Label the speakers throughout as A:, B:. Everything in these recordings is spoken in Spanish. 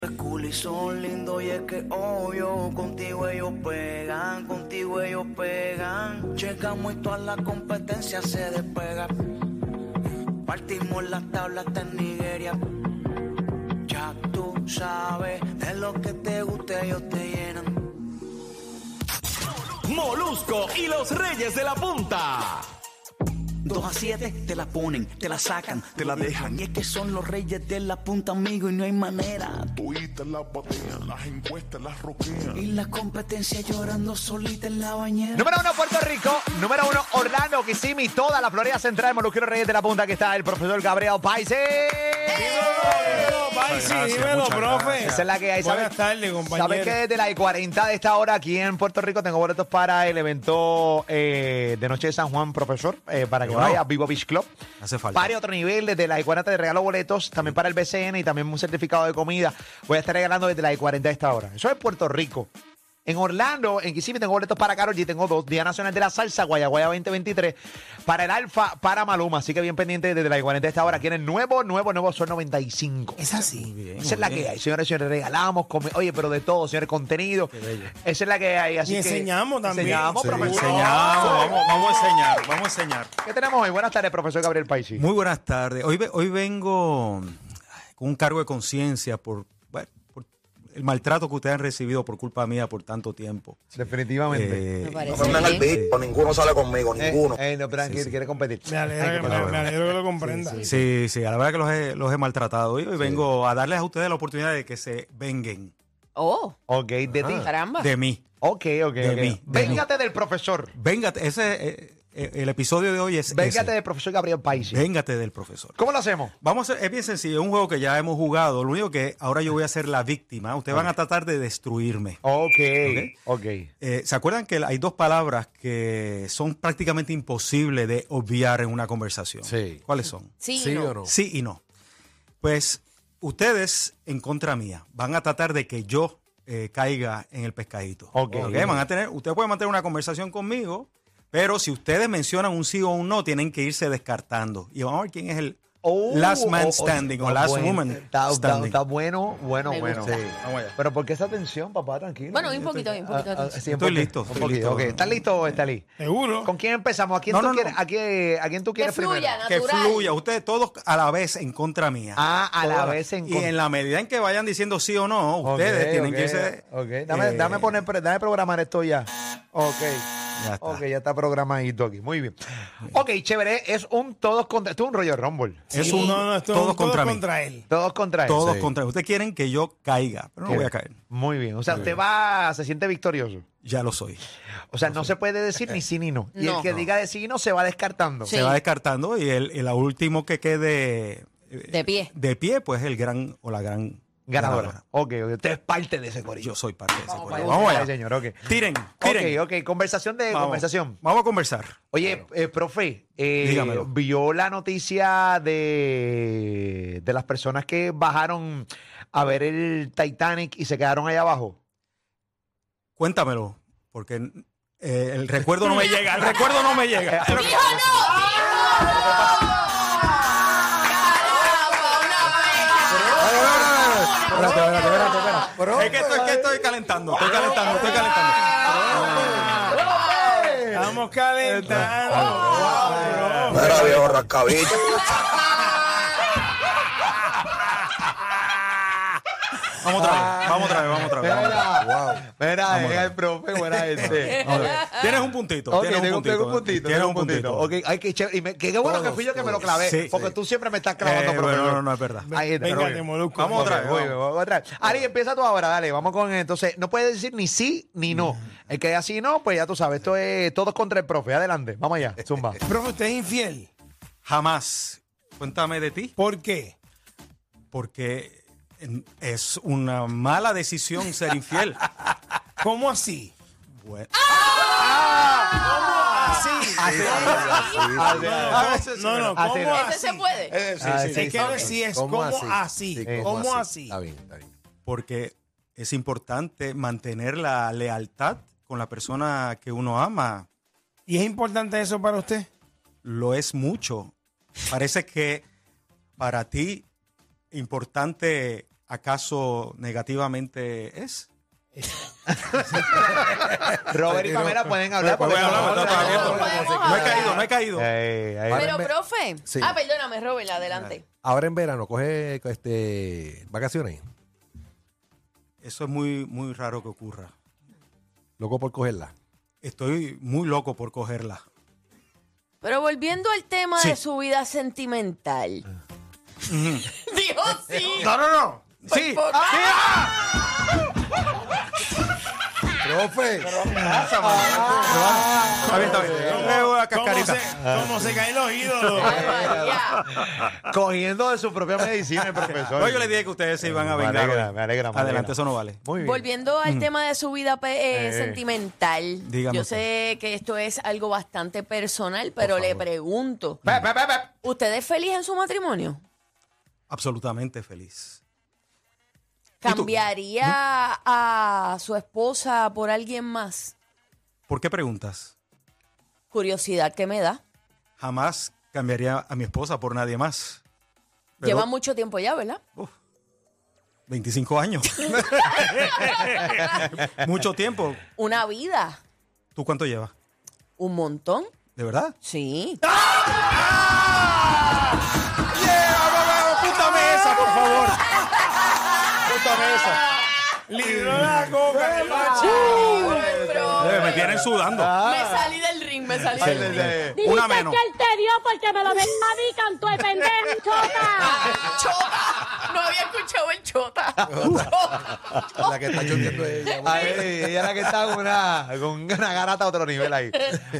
A: Es cool y son lindos y es que obvio Contigo ellos pegan, contigo ellos pegan Llegamos y toda la competencia se despega Partimos las tablas hasta en Nigeria Ya tú sabes, de lo que te guste ellos te llenan
B: Molusco y los Reyes de la Punta.
A: Dos a siete te la ponen, te la sacan, te la dejan Y es que son los reyes de la punta amigo y no hay manera
C: Tuitas las batean, las encuestas las roquean.
A: Y la competencia llorando solita en la bañera
B: Número uno, Puerto Rico. Número uno, Orlando, Kissimmee, toda la Florida Central. Molusco y los Reyes de la Punta. Aquí está el profesor Gabriel Paise.
D: Ay, sí,
C: gracias,
D: dímelo,
C: muchas
D: profe.
C: gracias.
B: Esa es la que hay.
D: Buenas tardes,
B: ¿Sabes
D: compañero.
B: que desde las 40 de esta hora aquí en Puerto Rico tengo boletos para el evento eh, de Noche de San Juan, profesor? eh, para que vaya a Vivo Beach Club.
E: Hace falta.
B: Pare otro nivel. Desde las 40 te regalo boletos también para el BCN y también un certificado de comida. Voy a estar regalando desde las 40 de esta hora. Eso es Puerto Rico. En Orlando, en Kissimmee, tengo boletos para Carol G. Tengo dos. Día Nacional de la Salsa, Guayaguaya 2023. Para el Alfa, para Maluma. Así que bien pendiente desde las 40 de esta hora. Aquí en el nuevo, nuevo, nuevo Sol 95.
D: Es así.
B: Esa es la que hay, señores, señores, regalamos, comi- oye, pero de todo, señores, contenido. Esa es la que hay. Así
D: Y
B: que
D: enseñamos también.
B: Enseñamos,
D: Sí,
B: profesor.
E: enseñamos, vamos, vamos a enseñar, vamos a enseñar.
B: ¿Qué tenemos hoy? Buenas tardes, profesor Gabriel Paisi.
E: Muy buenas tardes. Hoy, ve- hoy vengo con un cargo de conciencia por, bueno, por el maltrato que ustedes han recibido por culpa mía por tanto tiempo.
B: Definitivamente.
E: Eh,
F: Fernan Albico, ninguno sale conmigo, ninguno.
B: Eh, no, pero quiere, quiere competir.
D: Me alegro,
B: Ay, qué
D: que-
B: palabra.
D: me alegro que lo comprenda.
E: sí, sí, a la verdad que los he, los he maltratado. Y hoy vengo a darles a ustedes la oportunidad de que se venguen
G: Oh,
B: Ok, Ah, de ti.
G: caramba.
E: de mí.
B: Ok, ok,
E: Ah. De
B: ok.
E: mí, de
B: Véngate del profesor.
E: Véngate, ese, eh, eh, el episodio de hoy es
B: Véngate
E: ese.
B: del profesor Gabriel Paisi.
E: Véngate del profesor.
B: ¿Cómo lo hacemos?
E: Vamos a hacer, es bien sencillo, es un juego que ya hemos jugado. Lo único que ahora yo voy a ser la víctima. Ustedes van a tratar de destruirme.
B: Ok, ok.
E: Eh, ¿Se acuerdan que hay dos palabras que son prácticamente imposibles de obviar en una conversación?
C: Sí.
E: ¿Cuáles son?
G: sí, no.
E: Sí y no. Pues ustedes, en contra mía, van a tratar de que yo eh, caiga en el pescadito.
B: Ok.
E: Ok, Van a tener, ustedes pueden mantener una conversación conmigo, pero si ustedes mencionan un sí o un no, tienen que irse descartando. Y vamos a ver quién es el
B: Oh,
E: last
B: oh,
E: man
B: oh,
E: standing o
B: está
E: last
B: bueno.
E: woman
B: Está, está-
E: standing.
B: está bueno, bueno,
G: Me
B: bueno.
G: gusta.
B: Sí.
E: Vamos allá.
B: Pero ¿por qué esa tensión, papá? Tranquilo.
G: Bueno, un poquito, un poquito. de
B: Ah, ah,
G: atención.
B: sí, un
E: Estoy
B: poquito,
E: listo,
B: un
E: estoy
B: poquito.
E: listo.
B: Ok, ¿Estás listo o está listo?
D: Seguro.
B: ¿Con quién empezamos? ¿A quién,
E: No,
B: tú,
E: no, no.
B: quieres, A quién, a quién tú quieres primero?
G: fluya,
E: que
G: natural.
E: fluya, ustedes todos a la vez en contra mía.
B: Ah, a la
E: Todas.
B: vez en
E: Y
B: contra.
E: en la medida en que vayan diciendo sí o no,
B: Ok,
E: ustedes tienen
B: ok,
E: que irse.
B: ok. Dame,
E: eh,
B: dame, poner, pre- dame programar esto ya. Ok.
E: Ya está.
B: Ok, ya está programadito aquí. Muy bien. Ok, chévere. Es un todos contra. Esto es un rollo de Rumble.
E: Es
D: Sí.
E: un,
D: No, no, esto es
E: todos
D: un-
E: contra mí.
D: él.
B: Todos contra él.
E: Todos
B: Sí.
E: contra mí. Ustedes quieren que yo caiga, pero no voy a caer.
B: Muy bien. O sea, usted va, se siente victorioso.
E: Ya lo soy.
B: O sea, no se puede decir ni sí ni no. Y el
G: No.
B: que diga de sí y no se va descartando.
G: Sí.
E: Se va descartando y el, el último que quede eh,
G: De pie.
E: de pie, pues el gran o la gran
B: Ganadora. Ok, ok. usted es parte de ese corillo.
E: Yo soy parte de ese
G: Vamos
E: corillo.
G: para
E: Vamos
B: allá.
E: allá.
B: Señor, ok.
E: Tiren, tiren.
B: Ok, ok. Conversación de
E: Vamos.
B: conversación.
E: Vamos a conversar.
B: Oye, eh, profe, eh,
E: Dígamelo.
B: vio la noticia de, de las personas que bajaron a ver el Titanic y se quedaron allá abajo.
E: Cuéntamelo, porque eh, el recuerdo no me llega. El recuerdo no me llega. Espérate, espérate, espérate, espérate. Es que estoy, es que estoy calentando, estoy calentando, estoy calentando.
D: Estamos calentando.
F: Mira, viejo rascabicho.
E: Vamos otra vez, vamos otra vez, vamos otra vez. vamos otra vez.
B: Mira, era el profe, buena gente.
E: Vamos otra vez. Tienes un puntito,
B: Ok,
E: tienes un
B: tengo- tengo
E: puntito.
B: un puntito.
E: Tienes
B: tengo
E: un puntito.
B: Ok, ay, qué chévere. Y me- qué bueno que fui yo que me lo clavé.
E: Sí,
B: porque
E: sí.
B: tú siempre me estás
E: Eh,
B: clavando,
E: bueno,
B: profe.
E: no, no, no, es verdad.
B: Ahí está,
D: Véngate,
B: pero-
D: Molusco.
E: Vamos otra
B: Ok,
E: vez,
B: muy
E: vamos.
B: bien, vamos otra vez. Ari, empieza tú ahora, dale, vamos con entonces, no puedes decir ni sí ni no.
E: Mm.
B: El que así no, pues ya tú sabes, esto es todos contra el profe, adelante, vamos allá, zumba.
D: Profe, usted es infiel.
E: Jamás. Cuéntame de ti,
D: ¿Por qué?
E: porque Es una mala decisión ser infiel.
D: ¿Cómo así?
E: Bueno,
D: No, no,
B: Así
D: ¿cómo
B: no.
D: así?
G: Eso se puede.
H: Eh, sí,
B: Ah,
H: sí,
B: sí,
H: sí,
D: Es que
H: sí.
D: ahora sí es
H: ¿Cómo
D: como así,
H: Sí,
D: como así.
H: Está bien, está bien.
E: porque es importante mantener la lealtad con la persona que uno ama.
D: ¿Y es importante eso para usted?
E: Lo es mucho. Parece que para ti importante acaso negativamente es.
B: Robert y Pamela pueden hablar.
H: Pues,
B: porque
H: bueno,
B: no-
H: no, no, está bien,
G: no,
H: porque-
G: podemos
H: porque-
E: No he
G: hablar.
E: caído, no he caído.
B: Ey, ey.
G: Pero,
H: Ahora me-
G: profe.
H: Sí.
G: Ah, perdóname, Robert, adelante.
H: Ahora en verano, coge este, vacaciones.
E: Eso es muy, muy raro que ocurra.
H: Loco por cogerla.
E: Estoy muy loco por cogerla.
G: Pero volviendo al tema
E: Sí.
G: de su vida sentimental. Dijo sí.
D: No, no, no.
E: Sí,
G: por-
H: ¡Profe!
E: está bien, está bien. Eh, una cascarita.
D: Como se caen los ídolos.
G: Ay, María.
B: Cogiendo de su propia medicina, el profesor.
E: No, yo le dije que ustedes se iban a
B: Pues, eh, Me
E: vengar.
B: alegra,
E: hoy.
B: me alegra, me
E: Adelante,
B: alegra.
E: eso no vale.
H: Muy bien.
G: Volviendo al tema de su vida pe- eh,
B: Eh,
G: sentimental.
E: dígame
G: Yo
E: usted.
G: sé que esto es algo bastante personal, pero le pregunto.
B: Pe, pe, pe, pe.
G: ¿Usted es feliz en su matrimonio?
E: Absolutamente feliz. tú?
G: ¿Cambiaría a su esposa por alguien más?
E: ¿Por qué preguntas?
G: Curiosidad que me da.
E: Jamás cambiaría a mi esposa por nadie más. Pero-
G: Lleva mucho tiempo ya, ¿verdad?
E: Uf, 25 años. Mucho tiempo.
G: Una vida.
E: ¿Tú cuánto llevas?
G: Un montón.
E: ¿De verdad?
G: Sí.
E: ¡Apúntame esa, por favor!
D: Libró la coca. de la ch-
G: Ay, buen profe.
E: me tienen sudando.
G: Me salí del ring, me salí
B: Ay, ay,
G: del ring.
B: ay.
E: Una menos.
I: que él te dio porque me lo desmabican, tu pendejo, chota.
G: Chota. No había escuchado el chota.
H: La que está choteando es ella.
B: Ay, ella es la que está con una, con una garata a otro nivel ahí.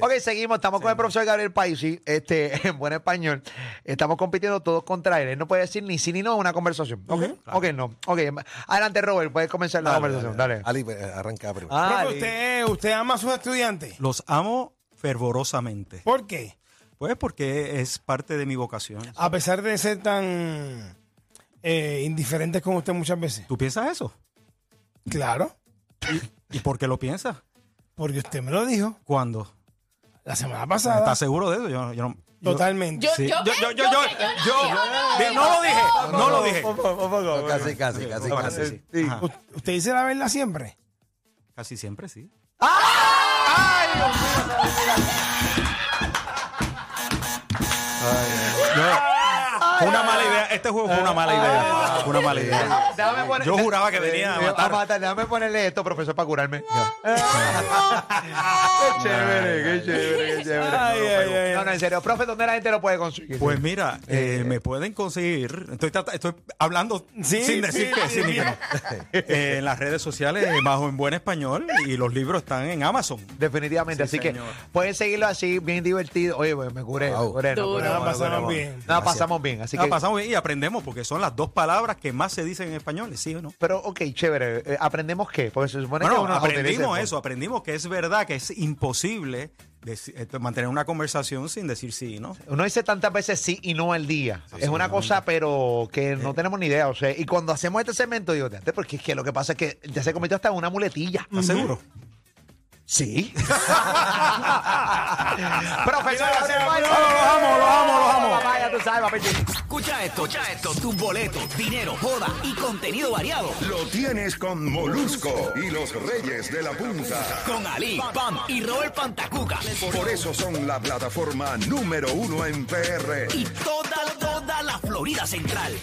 B: Ok, seguimos. Estamos con el profesor Gabriel Paisi, este, en buen español. Estamos compitiendo todos contra él. Él no puede decir ni sí ni no en una conversación. Ok, ok, no. Ok, adelante, Robert, puedes comenzar la conversación. Dale.
H: Ali, eh, arranca primero.
B: Ah,
D: Profe,
B: Ali.
D: usted, usted ama a sus estudiantes.
E: Los amo fervorosamente.
D: ¿Por qué?
E: Pues porque es parte de mi vocación.
D: A pesar de ser tan eh, indiferentes con usted muchas veces.
E: ¿Tú piensas eso?
D: Claro,
E: ¿Y por qué lo piensas?
D: porque usted me lo dijo
E: ¿Cuándo?
D: la semana pasada.
E: ¿Estás seguro de eso? Yo, yo no. yo-
D: Totalmente.
G: Yo,
E: Sí.
G: yo,
E: yo, yo, yo,
G: yo,
E: yo- yo- no lo dije, no lo dije.
H: Casi, casi, casi, casi.
E: Sí, sí. Ajá.
D: U- ¿Usted dice la verdad siempre?
E: Casi siempre sí. No, eh. fue una mala idea. Este juego fue una mala idea. Fue una mala idea.
B: Déjame poner-
E: Yo juraba que venía a matar.
B: Déjame ponerle esto, profesor, para curarme. qué chévere, qué chévere, qué chévere.
D: Ay,
B: No, no,
D: ay,
B: pero-
D: ay.
B: No, no, en serio, profe, ¿dónde la gente lo puede conseguir?
E: Pues mira, eh, me pueden conseguir. Estoy, trata- estoy hablando
D: Sí,
E: sin decir
D: sí,
E: que
D: sí,
E: sí, ni
D: sí.
E: que no. Eh, en las redes sociales, bajo en buen español, y los libros están en Amazon.
B: Definitivamente,
E: Sí,
B: así
E: señor.
B: que pueden seguirlo así, bien divertido. Oye, pues, me curé,
H: Wow.
B: me curé, no,
G: Duro.
B: curé, no,
D: La
B: me
D: pasamos
B: curé, no.
D: bien.
B: No, pasamos bien, así
E: La
B: que...
E: Ah, pasamos bien y aprendemos porque son las dos palabras que más se dicen en español, ¿sí o no?
B: Pero, ok, chévere. eh, ¿Aprendemos qué? Porque se supone que
E: Bueno,
B: uno
E: aprendimos
B: utiliza-
E: eso, aprendimos que es verdad que es imposible deci- eh, mantener una conversación sin decir sí, ¿no?
B: Uno dice tantas veces sí Eh. y no al día. es una cosa, pero que no tenemos ni idea. O sea, y cuando hacemos este segmento, digo, "Date, porque es que lo que pasa es que ya se cometió hasta una muletilla.
E: ¿Estás seguro?
B: Sí. Profesor,
D: Mira, se abrió.
B: los amo, los amo, los amo. Papá, ya tú sabes, papito.
J: Escucha esto, escucha esto. Tus boletos, dinero, joda y contenido variado.
K: Lo tienes con Molusco y los Reyes de la Punta.
J: Con Ali, Pam y Robert Pantacuca.
K: Por eso son la plataforma número uno en PR.
J: Y toda, toda la Florida Central.